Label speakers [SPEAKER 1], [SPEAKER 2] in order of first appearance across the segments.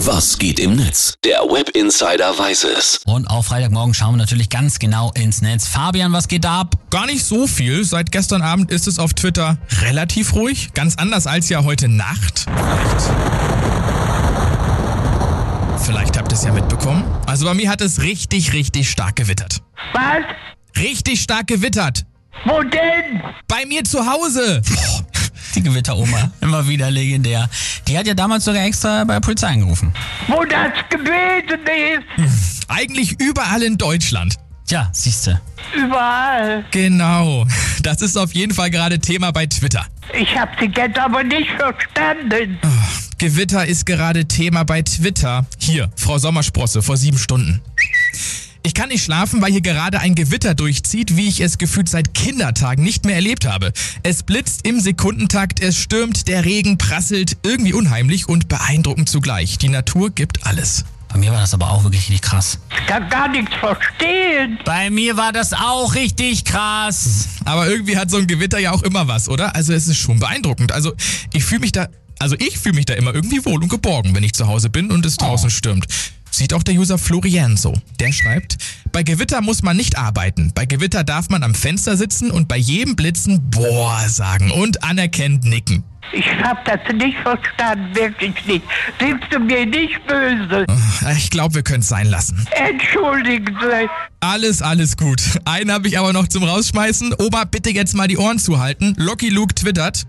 [SPEAKER 1] Was geht im Netz? Der Web Insider weiß es.
[SPEAKER 2] Und auch Freitagmorgen schauen wir natürlich ganz genau ins Netz. Fabian, was geht da ab?
[SPEAKER 3] Gar nicht so viel. Seit gestern Abend ist es auf Twitter relativ ruhig. Ganz anders als ja heute Nacht. Vielleicht, vielleicht habt ihr es ja mitbekommen. Also bei mir hat es richtig, richtig stark gewittert.
[SPEAKER 4] Was?
[SPEAKER 3] Richtig stark gewittert.
[SPEAKER 4] Wo denn?
[SPEAKER 3] Bei mir zu Hause.
[SPEAKER 2] Die Gewitteroma, immer wieder legendär. Die hat ja damals sogar extra bei der Polizei angerufen.
[SPEAKER 4] Wo das gewesen ist?
[SPEAKER 3] Eigentlich überall in Deutschland.
[SPEAKER 2] Tja, siehste.
[SPEAKER 4] Überall.
[SPEAKER 3] Genau. Das ist auf jeden Fall gerade Thema bei Twitter.
[SPEAKER 4] Ich hab sie jetzt aber nicht verstanden.
[SPEAKER 3] Gewitter ist gerade Thema bei Twitter. Hier, Frau Sommersprosse, vor sieben Stunden. Ich kann nicht schlafen, weil hier gerade ein Gewitter durchzieht, wie ich es gefühlt seit Kindertagen nicht mehr erlebt habe. Es blitzt im Sekundentakt, es stürmt, der Regen prasselt, irgendwie unheimlich und beeindruckend zugleich. Die Natur gibt alles.
[SPEAKER 2] Bei mir war das aber auch wirklich richtig krass.
[SPEAKER 4] Ich kann gar nichts verstehen.
[SPEAKER 2] Bei mir war das auch richtig krass.
[SPEAKER 3] Aber irgendwie hat so ein Gewitter ja auch immer was, oder? Also es ist schon beeindruckend. Also ich fühle mich da, also ich fühle mich da immer irgendwie wohl und geborgen, wenn ich zu Hause bin und es draußen stürmt. Sieht auch der User Florian so. Der schreibt, bei Gewitter muss man nicht arbeiten. Bei Gewitter darf man am Fenster sitzen und bei jedem Blitzen boah sagen und anerkennend nicken.
[SPEAKER 4] Ich hab das nicht verstanden, wirklich nicht. Sind Sie mir nicht böse?
[SPEAKER 3] Ich glaube, wir können es sein lassen.
[SPEAKER 4] Entschuldigen Sie.
[SPEAKER 3] Alles, alles gut. Einen habe ich aber noch zum Rausschmeißen. Oma, bitte jetzt mal die Ohren zuhalten. Lucky Luke twittert.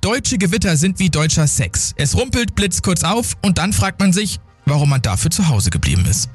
[SPEAKER 3] Deutsche Gewitter sind wie deutscher Sex. Es rumpelt, blitzt kurz auf und dann fragt man sich, warum man dafür zu Hause geblieben ist.